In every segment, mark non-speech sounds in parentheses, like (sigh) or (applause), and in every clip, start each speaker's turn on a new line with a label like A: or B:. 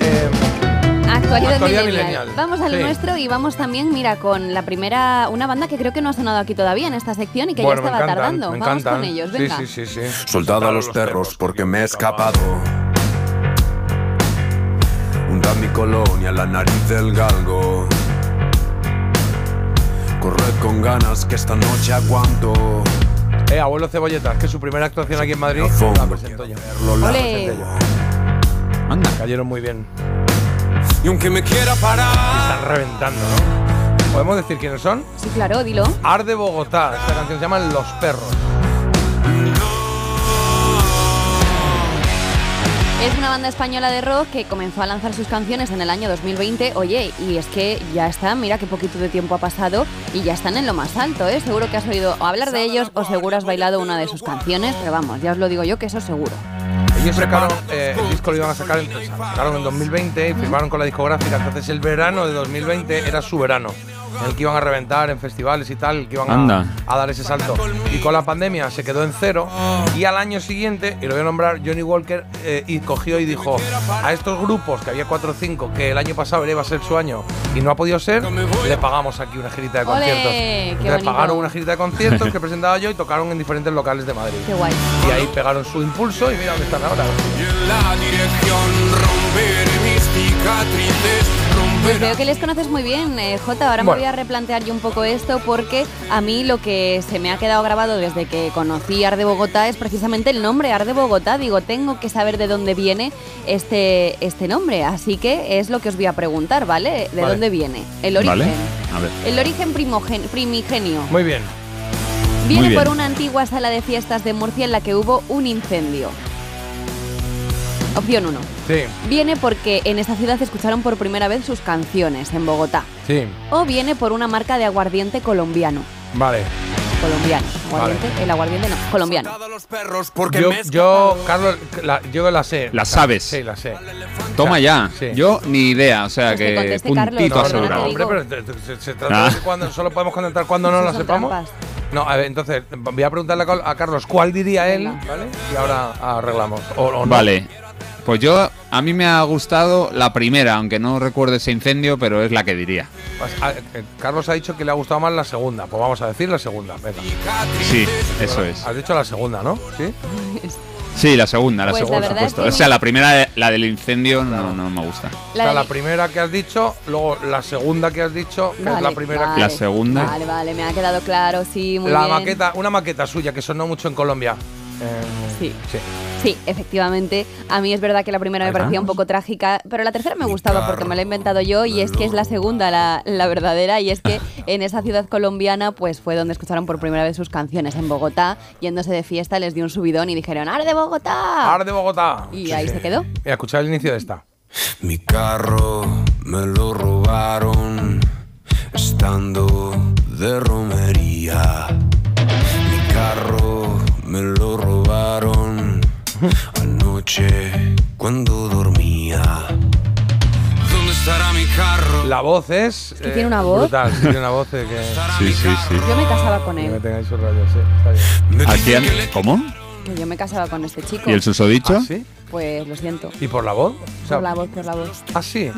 A: Eh,
B: Actualidad,
A: Actualidad
B: millennial.
A: millennial.
B: Vamos al
A: Sí.
B: nuestro y vamos también, mira, con la primera, una banda que creo que no ha sonado aquí todavía en esta sección y que
A: bueno,
B: ya estaba
A: me encantan,
B: tardando.
A: Me
B: vamos
A: encantan.
B: con ellos, venga.
A: Sí, sí, sí, sí.
C: Soldado a los perros porque me he escapado. Hunda mi colonia, la nariz del galgo. Corred con ganas que esta noche aguanto.
A: Eh, Abuelo Cebolletas, que su primera actuación aquí en Madrid
C: Razón,
A: la
C: no
A: presentó
C: quiero
A: yo.
C: verlo, la
B: Ole.
C: gente yo.
D: Anda.
A: Cayeron muy bien.
C: Y aunque me quiera parar,
A: Están reventando, ¿no? ¿Podemos decir quiénes son?
B: Sí, claro, dilo.
A: Ar de Bogotá. Esta canción se llama Los Perros.
B: Es una banda española de rock que comenzó a lanzar sus canciones en el año 2020. Oye, y es que ya están, mira qué poquito de tiempo ha pasado y ya están en lo más alto, ¿eh? Seguro que has oído hablar de ellos o seguro has bailado una de sus canciones, pero vamos, ya os lo digo yo que eso seguro.
A: Ellos sacaron, eh, el disco lo iban a sacar en, o sea, lo sacaron en 2020 y firmaron con la discográfica. Entonces el verano de 2020 era su verano, en el que iban a reventar en festivales y tal, que iban a-
D: Anda.
A: A, dar ese salto. Y con la pandemia se quedó en cero y al año siguiente, y lo voy a nombrar, Johnny Walker eh, y cogió y dijo a estos grupos, que había cuatro o cinco, que el año pasado iba a ser su año y no ha podido ser, le pagamos aquí una girita de
B: Ole,
A: conciertos.
B: qué
A: Entonces
B: bonito.
A: pagaron una girita de conciertos que presentaba yo y tocaron en diferentes locales de Madrid.
B: Qué guay.
A: Y ahí pegaron su impulso y mira dónde están ahora.
E: Y en la dirección romper mis cicatrices,
B: Pues
E: romper
B: veo que les conoces muy bien, eh, Jota. Ahora
A: Bueno.
B: me voy a replantear yo un poco esto porque a mí lo que se me ha quedado grabado desde que conocí Ar de Bogotá es precisamente el nombre Ar de Bogotá. Digo, tengo que saber de dónde viene este, este nombre, así que es lo que os voy a preguntar, ¿vale? ¿De
A: Vale.
B: dónde viene? El origen.
D: Vale. A ver.
B: El origen primogen- primigenio.
A: Muy bien.
B: Viene
D: bien.
B: por una antigua sala de fiestas de Murcia en la que hubo un incendio. Opción 1.
A: Sí,
B: Viene porque en esta ciudad se escucharon por primera vez sus canciones en Bogotá.
A: sí.
B: o viene por una marca de aguardiente colombiano.
A: Vale.
B: Colombiano. Aguardiente, el aguardiente no, colombiano.
E: soldado a los perros porque
A: Yo,
E: me he
A: yo,
E: escapado.
A: Carlos, la, yo la sé.
D: La sabes.
A: Sí, la sé.
D: Toma ya.
A: Sí.
D: Yo ni idea, o sea
B: Pues que
D: que
B: conteste Carlos,
D: puntito
B: perdona
D: asegurado.
B: te digo.
A: hombre, pero te- te- se, se trata de
D: Ah.
A: que cuando, solo podemos contestar cuando no
B: Esas
A: la
B: son
A: sepamos.
B: trampas.
A: No, a ver, entonces voy a preguntarle a Col- a Carlos cuál diría él,
B: Venga.
A: ¿vale? Y ahora arreglamos. O, o no.
D: Vale. Pues yo, a mí me ha gustado la primera, aunque no recuerdo ese incendio, pero es la que diría.
A: Pues, a- eh, Carlos ha dicho que le ha gustado más la segunda. Pues vamos a decir la segunda. Venga.
D: Sí, eso es.
A: Has dicho la segunda, ¿no? Sí.
D: Sí, la segunda, la
B: Pues la
D: segunda, por
B: verdad es
D: supuesto.
B: que-
D: O sea, la primera, la del incendio, no, no me gusta.
A: La,
B: de-
A: la primera que has dicho, luego la segunda que has dicho, que es
B: Vale,
A: la primera que
B: vale,
D: La segunda.
B: Vale, vale, me ha quedado claro, sí, muy
A: La
B: bien.
A: maqueta, una maqueta suya que sonó mucho en Colombia. Eh,
B: Sí.
A: sí.
B: Sí, efectivamente. A mí es verdad que la primera me
D: Ahí
B: parecía un
D: vamos.
B: poco trágica, pero la tercera me gustaba porque me la he inventado yo y es que es la segunda, la, la verdadera, y es
A: (laughs)
B: que en esa ciudad colombiana pues fue donde escucharon por primera vez sus canciones. En Bogotá, yéndose de fiesta, les dio un subidón y dijeron ¡Ar de Bogotá!
A: Ar de Bogotá.
B: Ah. Y ahí se quedó.
A: Mira, escuchad el inicio de esta.
C: Mi carro me lo robaron estando de romería. Mi carro me lo robaron anoche cuando dormía.
E: ¿Dónde estará mi carro?
A: La voz es. eh,
B: que tiene una voz.
A: Brutal, sí, tiene una voz de que.
B: (laughs)
D: Sí, sí, sí.
B: Yo me casaba con
A: que
B: él.
A: tengáis sus rayos, sí. Está bien.
E: Me
D: ¿A
E: dicen
D: quién?
E: que le-
D: ¿Cómo?
B: Que yo me casaba con este chico.
D: ¿Y el susodicho?
A: ¿Ah, sí?
B: Pues lo siento.
A: ¿Y por la voz? O sea,
B: por la voz, por la voz.
A: Ah, sí.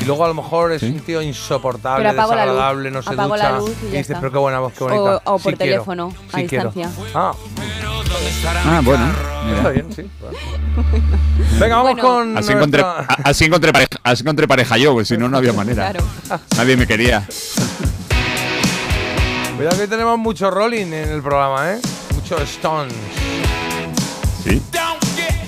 A: Y luego a lo mejor es un tío insoportable,
B: Pero apago la luz.
A: desagradable, no se
B: Apago
A: ducha.
B: la luz y ya
A: dices,
B: está.
A: pero qué buena voz, qué bonita.
B: O- o por
A: Sí quiero,
B: teléfono, a
A: sí quiero.
B: distancia.
A: Ah,
D: Ah, bueno. mira.
A: está bien, sí. Bueno. Venga, vamos
B: Bueno.
A: con.
D: Así encontré,
A: nuestra-
D: a- así, encontré pareja, así encontré pareja yo, pues si no, no había manera.
B: Claro.
D: Nadie me quería.
A: Cuidado que tenemos mucho rolling en el programa, ¿eh? Mucho Stones.
D: Sí.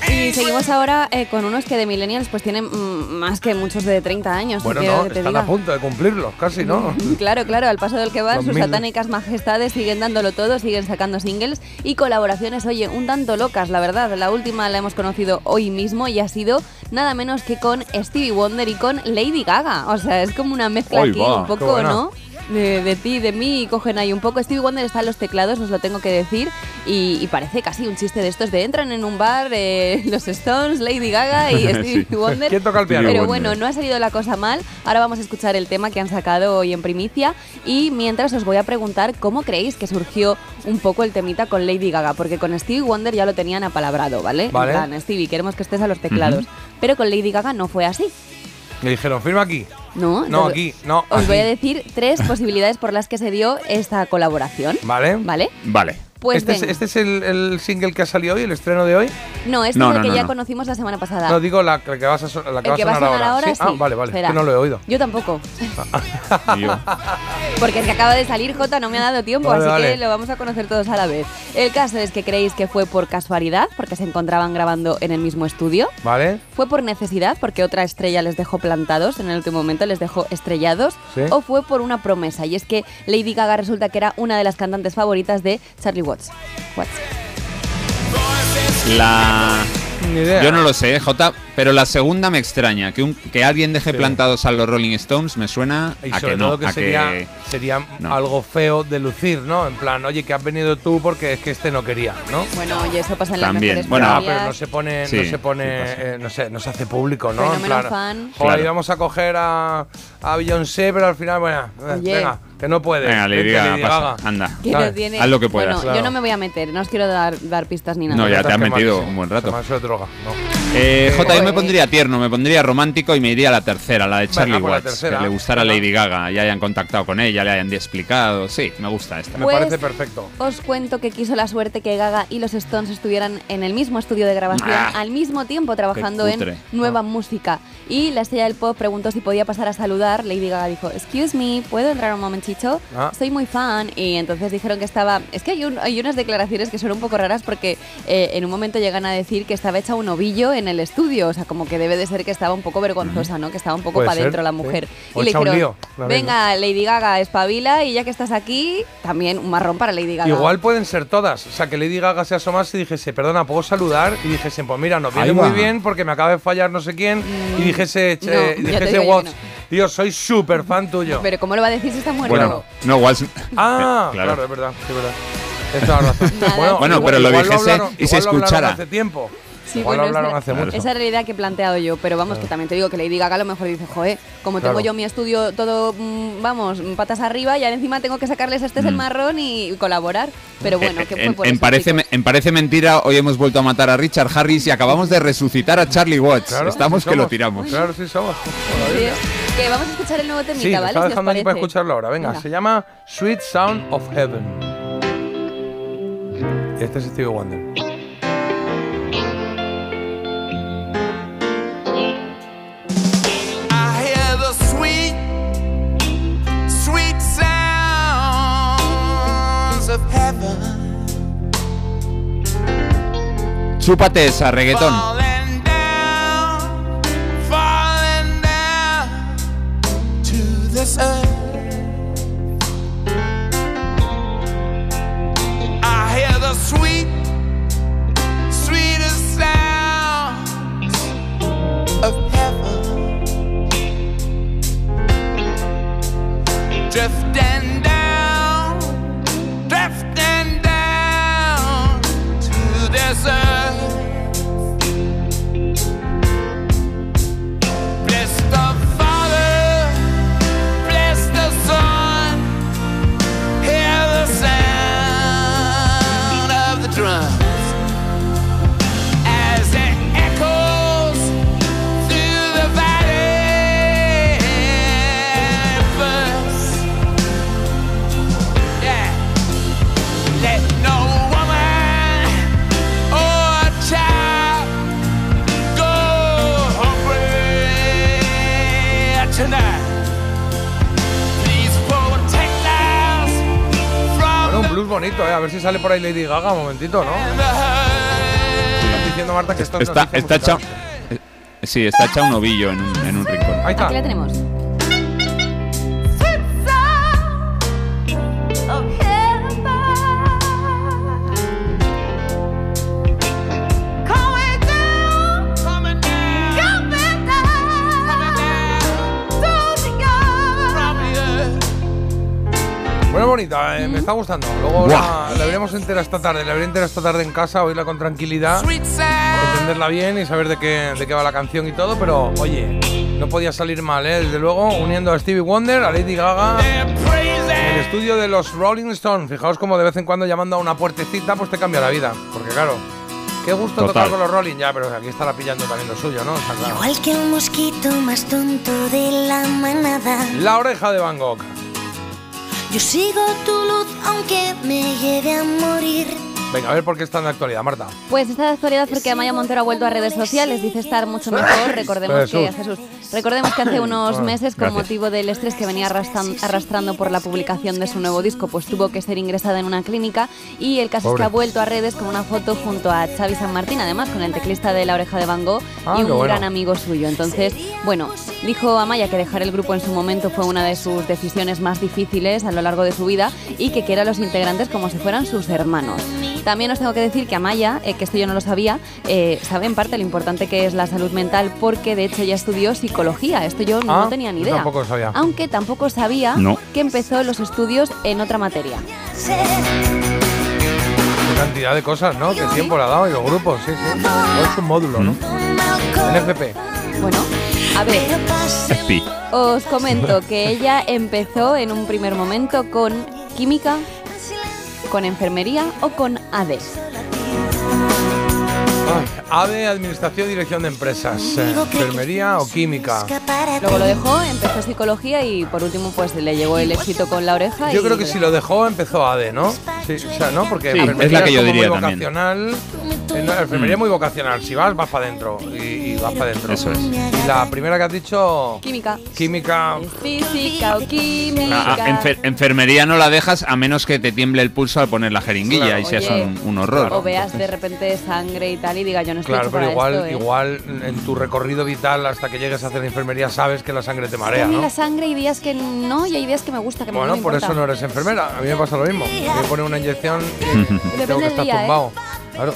B: Y seguimos ahora eh, con unos que de millennials pues tienen mm, más que muchos de 30 años.
A: Bueno,
B: ¿qué quieres
A: no,
B: que te
A: están
B: diga?
A: a punto de cumplirlos, casi, ¿no?
B: (laughs) Claro, claro, al paso del que van,
A: Los
B: sus
A: mil.
B: satánicas majestades siguen dándolo todo, siguen sacando singles y colaboraciones, oye, un tanto locas, la verdad. La última la hemos conocido hoy mismo y ha sido nada menos que con Stevie Wonder y con Lady Gaga. O sea, es como una mezcla
D: Ahí
B: aquí
D: va,
B: un
D: qué
B: poco,
A: buena.
B: ¿no? De, de ti, de mí, y cogen ahí un poco. Stevie Wonder está en los teclados, os lo tengo que decir, y, y parece casi un chiste de estos de entran en un bar eh, (laughs) los Stones, Lady Gaga
A: (laughs)
B: y Stevie
D: Sí.
B: Wonder.
A: ¿Quién toca el piano?
B: Pero
D: Stevie
B: bueno,
D: Wonder.
B: no ha salido la cosa mal. Ahora vamos a escuchar el tema que han sacado hoy en primicia. Y mientras os voy a preguntar cómo creéis que surgió un poco el temita con Lady Gaga. Porque con Stevie Wonder ya lo tenían apalabrado, ¿vale? En
A: Vale.
B: plan, Stevie, queremos que estés a los teclados. Pero con Lady Gaga no fue así.
A: Le dijeron, firma aquí.
B: No,
A: No,
B: Os-
A: aquí, no,
B: Os
A: aquí.
B: voy a decir tres posibilidades por las que se dio esta colaboración.
A: ¿Vale?
B: ¿Vale?
D: Vale.
B: Pues
A: este, es,
B: venga.
A: este es el, el single que ha salido hoy, el estreno de hoy.
B: No, este
D: No,
B: es el
D: no,
B: que
D: no,
B: ya
D: no.
B: conocimos la semana pasada.
A: No, digo la, la que, vas a son- la que
B: Ah. el
A: va a
B: que va
A: sonar ahora.
B: ahora,
A: ¿Sí? Ah, vale, vale. es
B: Espera.
A: que no lo he oído.
B: Yo tampoco.
D: Y yo,
B: Porque es que acaba de salir Jota, no me ha dado tiempo,
A: Vale,
B: así
A: vale.
B: que lo vamos a conocer todos a la vez. El caso es que creéis que fue por casualidad, porque se encontraban grabando en el mismo estudio.
A: ¿Vale?
B: ¿Fue por necesidad, porque otra estrella les dejó plantados en el último momento, les dejó estrellados?
A: Sí.
B: ¿O fue por una promesa? Y es que Lady Gaga resulta que era una de las cantantes favoritas de Charlie Watts. Watts.
D: la...
A: Ni idea.
D: Yo no lo sé, J, pero la segunda me extraña. Que, un- que alguien deje
A: Sí.
D: plantados a los Rolling Stones me suena
A: Y
D: a
A: sobre
D: que no.
A: todo que
D: a
A: sería,
D: que...
A: sería
D: no.
A: algo feo de lucir, ¿no? En plan, oye, que has venido tú porque es que este no quería, ¿no?
B: Bueno, y eso pasa en
D: También.
B: las mejores
D: Bueno,
A: Ah,
D: Había-
A: pero no
B: familias.
A: se pone, no
D: Sí,
A: se pone,
D: sí pasa.
A: eh, no sé, no se hace público, ¿no? en
B: Fenómeno
A: plan,
B: fan.
A: joder,
D: Claro.
A: íbamos a coger a, a Beyoncé, pero al final, bueno, eh,
B: Oye.
A: venga, que no puedes.
D: Venga, le
A: Vete,
D: diría,
A: Lady
D: pasa, Ah,
A: Gaga.
D: anda.
B: Que
A: ¿sabes?
B: no tiene-
D: Haz lo que puedas.
B: Bueno, yo
A: Claro.
B: no me voy a meter, no os quiero dar, dar pistas ni nada.
D: No, ya te has
A: Estás
D: metido
A: quemadísimo.
D: un buen rato.
A: Se me ha hecho droga, ¿no?
D: Eh, J, yo me
B: Joder.
D: pondría tierno, me pondría romántico y me iría a la tercera, la de Charlie
A: por la
D: Watts. Que
A: tercera.
D: le gustara
A: Venga.
D: Lady Gaga, ya hayan contactado con ella, le hayan explicado. Sí, me gusta esta.
A: Me
B: Pues-
A: parece perfecto.
B: Os cuento que quiso la suerte que Gaga y los Stones estuvieran en el mismo estudio de grabación
D: Ah,
B: al mismo tiempo trabajando
D: qué
B: en
D: cutre. Ah.
B: nueva música. Y la estrella del pop preguntó si podía pasar a saludar. Lady Gaga dijo, excuse me, ¿puedo entrar un momentito?
A: Ah.
B: Soy muy fan. Y entonces dijeron que estaba... Es que hay, un- hay unas declaraciones que son un poco raras porque eh, en un momento llegan a decir que estaba hecha un ovillo en el estudio. O sea, como que debe de ser que estaba un poco vergonzosa, ¿no? Que estaba un poco
A: Puede
B: para
A: ser,
B: adentro la
A: sí.
B: mujer.
A: O
B: Y le
A: echa un
B: dijeron,
A: lío, la
B: venga, Lady Gaga, espabila y ya que estás aquí, también un marrón para Lady Gaga.
A: Igual pueden ser todas. O sea, que Lady Gaga se asomase y dijese, perdona, ¿puedo saludar? Y dijese, pues mira, nos viene
D: Ahí
A: muy
D: va.
A: bien porque me acaba de fallar no sé quién. Y dijese, che,
B: Mm. no, (laughs) ya te
A: dijese
B: digo yo
A: Watts,
B: que
A: tío, soy súper fan tuyo.
B: Pero ¿cómo lo va a decir si está muerto?
D: Bueno, no, Watts.
A: ah,
D: Eh,
A: claro. es verdad, sí, es verdad. Tienes toda la razón.
B: (laughs) Nada,
D: Bueno, pero lo dijese y se
A: igual lo hablaron
D: escuchara.
A: hace tiempo.
B: Sí,
A: igual
B: bueno,
A: lo hablaron
B: esa-
A: hace mucho.
B: Esa era la idea que he planteado yo, pero vamos, que también te digo que Lady Gaga a lo mejor dice, joder, como tengo
A: Claro.
B: yo mi estudio todo, mm, vamos, mm, patas arriba y ahora encima tengo que sacarles este
A: Mm.
B: es el marrón y colaborar. Pero (laughs) bueno,
D: Eh,
B: que fue
D: en,
B: por
D: en
B: eso,
D: parece,
B: chicos.
D: me- en parece mentira, hoy hemos vuelto a matar a Richard Harris y acabamos de resucitar a Charlie Watts.
A: Claro,
D: Estamos
A: sí
D: que lo
A: somos.
D: tiramos.
A: Claro, sí somos.
B: Sí, es Que vamos a escuchar el nuevo temita,
A: Sí, me
B: ¿vale?
A: estaba
B: Si os
A: dejando aquí para
B: parece.
A: escucharlo ahora. Venga,
B: Venga.
A: se llama Sweet Sound of Heaven. Este es Stevie Wonder.
E: I hear the sweet, sweet sounds of heaven
D: Chúpate esa, reggaetón.
E: falling down, falling down to this earth. I hear the sweet, sweetest sounds of heaven. Drifting down, drifting down to this earth. Bless the Father, bless the Son, hear the sound of the drums as it echoes through the valley. First, yeah. Let no woman or child go hungry tonight. Please protect us from
A: Bueno, un
E: the
A: blues bonito, eh. A ver si sale por ahí Lady Gaga un momentito, ¿no? Estás
E: hurt.
A: diciendo, Marta, que esto es
D: Está,
A: noticia
D: está hecha,
A: musical.
D: eh, sí, está hecha un ovillo en un, en un rincón.
A: Ahí
B: Aquí la
A: está.
B: tenemos.
E: Coming down, coming down from the earth.
A: Bueno, bonita, eh, me está gustando. Luego la,
D: Buah.
A: la veremos entera esta tarde. La veré entera esta tarde en casa, oírla con tranquilidad,
E: Sweet sound.
A: entenderla bien y saber de qué, de qué va la canción y todo. Pero, oye, no podía salir mal, ¿eh? Desde luego, uniendo a Stevie Wonder, a Lady Gaga.
E: They're praising.
A: El estudio de los Rolling Stones. Fijaos como de vez en cuando llamando a una puertecita, pues te cambia la vida. Porque, claro, Qué gusto
D: Total.
A: tocar con los Rolling, ya, pero aquí estará pillando también lo suyo, ¿no? Está claro.
F: Igual que el mosquito más tonto de la manada.
A: La oreja de Van Gogh.
F: Yo sigo tu luz aunque me lleve a morir.
A: Venga, a ver por qué está en la actualidad, Marta.
B: Pues esta actualidad porque Amaya Montero ha vuelto a redes sociales, dice estar mucho mejor. Recordemos que
A: Jesús.
B: Jesús, recordemos que hace unos
A: Ah,
B: meses, con
D: gracias.
B: motivo del estrés que venía arrastran- arrastrando por la publicación de su nuevo disco, pues tuvo que ser ingresada en una clínica y el caso es
A: Pobre.
B: que ha vuelto a redes con una foto junto a Xavi San Martín, además con el teclista de La Oreja de Van Gogh
A: Ah,
B: y
A: qué
B: un
A: bueno.
B: gran amigo suyo. Entonces, bueno, dijo Amaya que dejar el grupo en su momento fue una de sus decisiones más difíciles a lo largo de su vida y que quiere a los integrantes como si fueran sus hermanos. También os tengo que decir que Amaya, eh, que esto yo no lo sabía, eh, sabe en parte lo importante que es la salud mental porque de hecho ya estudió psicología. Esto yo
A: Ah,
B: no tenía ni
A: yo
B: idea.
A: tampoco lo sabía.
B: Aunque tampoco sabía
D: No.
B: que empezó los estudios en otra materia.
A: Qué cantidad de cosas, ¿no? Que el tiempo le ha dado y los grupos, sí, sí. Todo Es un módulo,
F: Mm.
A: ¿no? NFP.
B: Bueno, a ver.
D: Espi.
B: Os comento que ella empezó en un primer momento con química, con enfermería o con E AD.
A: Ay, AVE, Administración y Dirección de Empresas. eh, enfermería o Química.
B: Luego lo dejó, empezó psicología y por último pues le llegó el éxito con la oreja.
A: Yo
B: y-
A: creo que si lo dejó empezó ADE, ¿no? Sí, o sea, ¿no? Porque
D: Sí,
A: enfermería
D: es la que yo
A: como
D: diría
A: muy
D: también.
A: vocacional. eh, no, enfermería es muy vocacional. Si vas, vas para adentro. Y, y vas para adentro.
D: Eso es.
A: Y la primera que has dicho.
B: Química.
A: Química.
B: Es Física o química.
D: Ah, ah, enfer- enfermería no la dejas a menos que te tiemble el pulso al poner la jeringuilla
A: Claro.
D: y seas
B: Oye,
D: un, un horror.
B: O veas de
D: Entonces,
B: repente sangre y tal y diga yo no estoy
A: Claro,
B: hecho
A: pero
B: para
A: igual,
B: esto, ¿eh?
A: igual en tu recorrido vital hasta que llegues a hacer enfermería sabes que la sangre te
B: A
A: marea,
B: mí
A: ¿no?
B: la sangre hay días que no y hay días que me gusta, que me-
A: Bueno,
B: me
A: por eso
B: importa.
A: no eres enfermera. A mí me pasa lo mismo. Me pone una inyección y
D: (laughs)
A: tengo
B: del
A: que estar
B: día, ¿eh?
A: tumbado. Claro.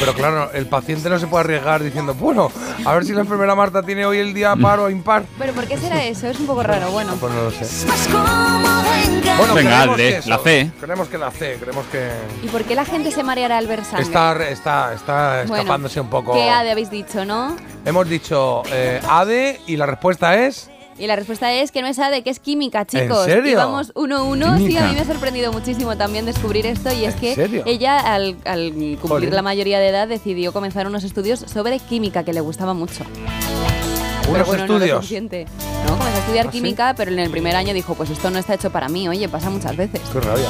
A: Pero claro, el paciente no se puede arriesgar diciendo, bueno, a ver si la enfermera Marta tiene hoy el día par o impar.
B: Pero ¿por
A: (laughs)
B: qué será eso? Es un poco raro, bueno.
A: Pues no lo sé.
F: Más cómodo engañar.
A: Bueno,
D: Venga,
A: creemos
D: Alde,
A: que eso.
D: la C.
A: Creemos que la C, creemos que
B: ¿Y por qué la gente se mareará al ver sangre?
A: está, está, está
B: Bueno,
A: escapándose un poco.
B: ¿Qué ADE habéis dicho, no?
A: Hemos dicho eh, ADE y la respuesta es...
B: Y la respuesta es que no es ADE, que es química, chicos.
A: serio?
B: Y vamos uno a uno. Sí, a
D: Química.
B: mí me ha sorprendido muchísimo también descubrir esto. Y es
A: ¿En
B: que
A: serio?
B: ella, al, al cumplir
A: Jolín.
B: la mayoría de edad, decidió comenzar unos estudios sobre química, que le gustaba mucho. Pero
A: Unos
B: bueno, no lo
A: estudios.
B: suficiente, ¿no? Comenzó a estudiar
A: ¿Ah, sí?
B: química, pero en el primer año dijo, pues esto no está hecho para mí. Oye, pasa muchas veces.
A: Qué rabia.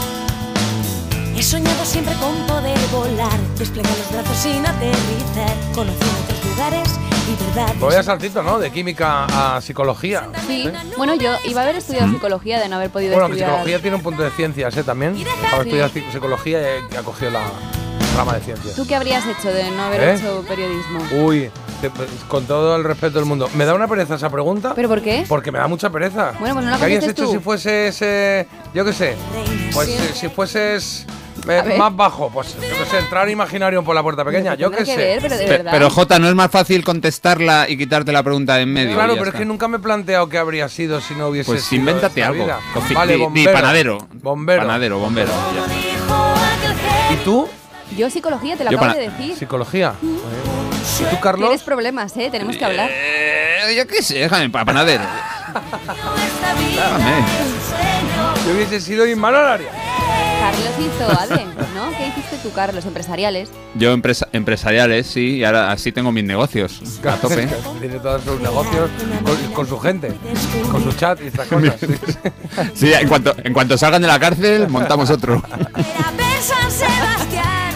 F: He soñado siempre con poder volar, desplegar los brazos sin aterrizar, conociendo otros lugares y verdades.
A: Voy a saltito, ¿no? De química a psicología.
B: Sí. Bueno, yo iba a haber estudiado psicología de no haber podido
A: ¿Eh? ¿Mm? Bueno, que
B: estudiar.
A: psicología tiene un punto de ciencias, ¿eh? También. Haber
B: Sí.
A: estudiado psic- psicología eh, ha cogido la rama de ciencias.
B: ¿Tú qué habrías hecho de no haber
A: ¿Eh?
B: hecho periodismo?
A: Uy, te- pues, con todo el respeto del mundo. ¿Me da una pereza esa pregunta?
B: ¿Pero por qué?
A: Porque me da mucha pereza.
B: Bueno, pues no la
A: ¿Qué habías
B: contestes
A: hecho
B: tú.
A: si fueses, eh, yo qué sé, pues eh, si fueses eh,
B: A ver.
A: más bajo, pues yo qué sé, entrar imaginario por la puerta pequeña, yo
B: Tendrá
A: qué sé.
B: ver, pero de
D: pe-
B: verdad.
D: pero Jota, ¿no es más fácil contestarla y quitarte la pregunta de en medio?
A: Claro,
D: Y ya
A: pero es
D: está.
A: que nunca me he planteado qué habría sido si no hubiese
D: Pues
A: sido
D: invéntate
A: esta
D: algo.
A: vida.
D: Confi-
A: Vale,
D: di- di
A: bombero.
D: panadero.
A: Bombero.
D: Panadero, bombero. ya está.
A: ¿Y tú?
B: Yo psicología, te lo
D: Yo
B: acabo
D: para-
B: de decir.
A: Psicología. ¿Y tú,
B: Tienes
A: Carlos?
B: problemas, ¿eh? Tenemos que hablar.
D: Eh, yo qué sé, déjame,
B: (laughs)
D: pa- panadero. Déjame.
A: Yo hubiese sido Inmanuel Arias.
B: Carlos hizo ADE, ¿no? ¿Qué hiciste tú, Carlos? Empresariales.
D: Yo empresa- empresariales, sí, y ahora así tengo mis negocios. A
A: (laughs)
D: tope.
A: Tiene todos sus negocios con, con su gente, con su chat y
D: (laughs)
A: estas cosas. sí, sí.
D: Sí, en cuanto, en cuanto salgan de la cárcel, montamos otro.
F: Era ver San Sebastián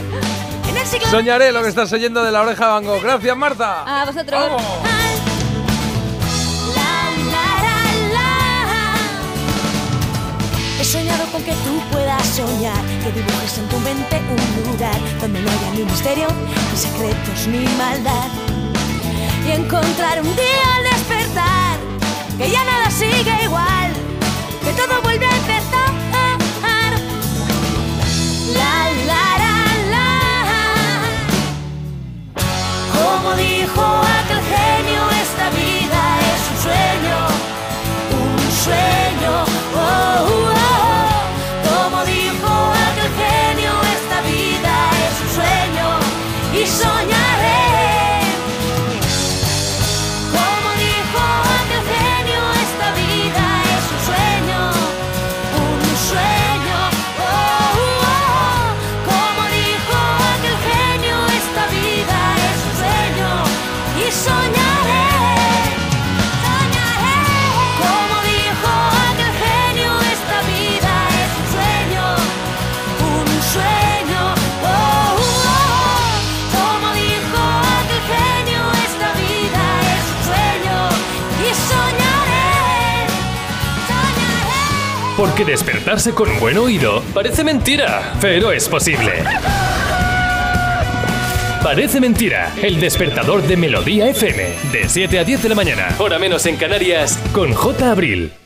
F: en el siglo
A: Soñaré lo que estás oyendo de la oreja de Van Gogh. Gracias, Marta.
B: A vosotros.
A: ¡Vamos!
F: He soñado con que tú puedas soñar, que dibujes en tu mente un lugar donde no haya ni misterio, ni secretos, ni maldad. Y encontrar un día al despertar, que ya nada sigue igual, que todo vuelve a empezar. La, la, la, la. Como dijo aquel genio, esta vida es un sueño, un sueño. Oh, oh, oh. Como dijo aquel genio, esta vida es un sueño y soñaré. Como dijo Oh, Oh,
G: Porque despertarse con buen oído parece mentira, pero es posible. Parece mentira, el despertador de Melodía FM, de 7 a 10 de la mañana, hora menos en Canarias, con J. Abril.